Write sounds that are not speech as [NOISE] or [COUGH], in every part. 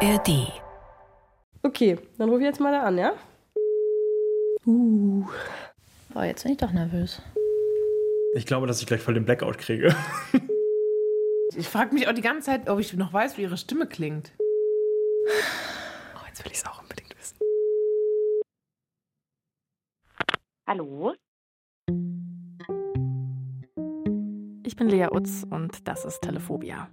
ARD. Okay, dann rufe ich jetzt mal da an, ja? Uh. Boah, jetzt bin ich doch nervös. Ich glaube, dass ich gleich voll den Blackout kriege. [LAUGHS] Ich frage mich auch die ganze Zeit, ob ich noch weiß, wie ihre Stimme klingt. Oh, jetzt will ich es auch unbedingt wissen. Hallo? Ich bin Lea Utz und das ist Telephobia.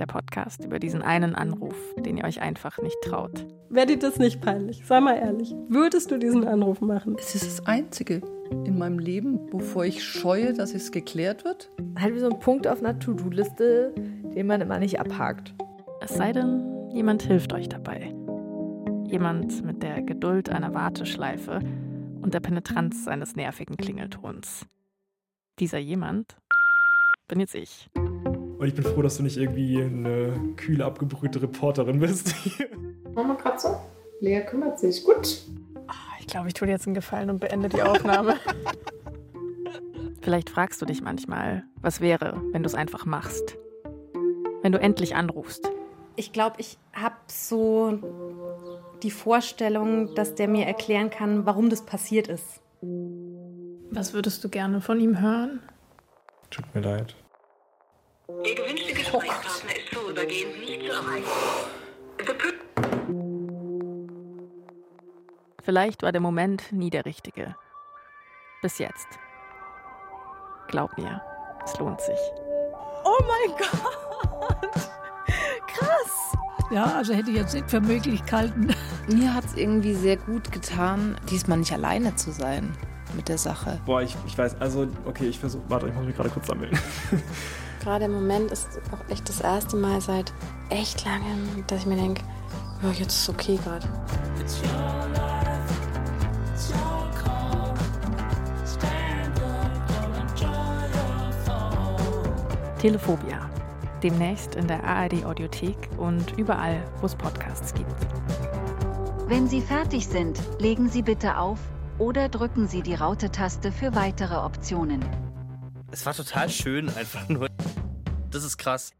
Der Podcast über diesen einen Anruf, den ihr euch einfach nicht traut. Wäre dir das nicht peinlich? Sei mal ehrlich. Würdest du diesen Anruf machen? Es ist das Einzige in meinem Leben, wovor ich scheue, dass es geklärt wird. Halt wie so ein Punkt auf einer To-Do-Liste, den man immer nicht abhakt. Es sei denn, jemand hilft euch dabei. Jemand mit der Geduld einer Warteschleife und der Penetranz eines nervigen Klingeltons. Dieser jemand bin jetzt ich. Und ich bin froh, dass du nicht irgendwie eine kühle, abgebrühte Reporterin bist. [LAUGHS] Mama Katze, Lea kümmert sich. Gut. Ich glaube, ich tue dir jetzt einen Gefallen und beende die Aufnahme. Vielleicht fragst du dich manchmal, was wäre, wenn du es einfach machst? Wenn du endlich anrufst. Ich glaube, ich habe so die Vorstellung, dass der mir erklären kann, warum das passiert ist. Was würdest du gerne von ihm hören? Tut mir leid. Ihr gewünschter Gesprächspartner ist vorübergehend nicht zu erreichen. Vielleicht war der Moment nie der richtige. Bis jetzt. Glaub mir, es lohnt sich. Oh mein Gott! Krass! Ja, also hätte ich jetzt nicht für möglich gehalten. Mir hat es irgendwie sehr gut getan, diesmal nicht alleine zu sein mit der Sache. Boah, ich, ich weiß, also, okay, ich versuche, warte, ich muss mich gerade kurz sammeln. gerade im Moment ist auch echt das erste Mal seit echt langem, dass ich mir denke, ja, oh, jetzt ist es okay gerade. Telephobia. Demnächst in der ARD Audiothek und überall, wo es Podcasts gibt. Wenn Sie fertig sind, legen Sie bitte auf oder drücken Sie die Raute-Taste für weitere Optionen. Es war total schön, einfach nur. Das ist krass.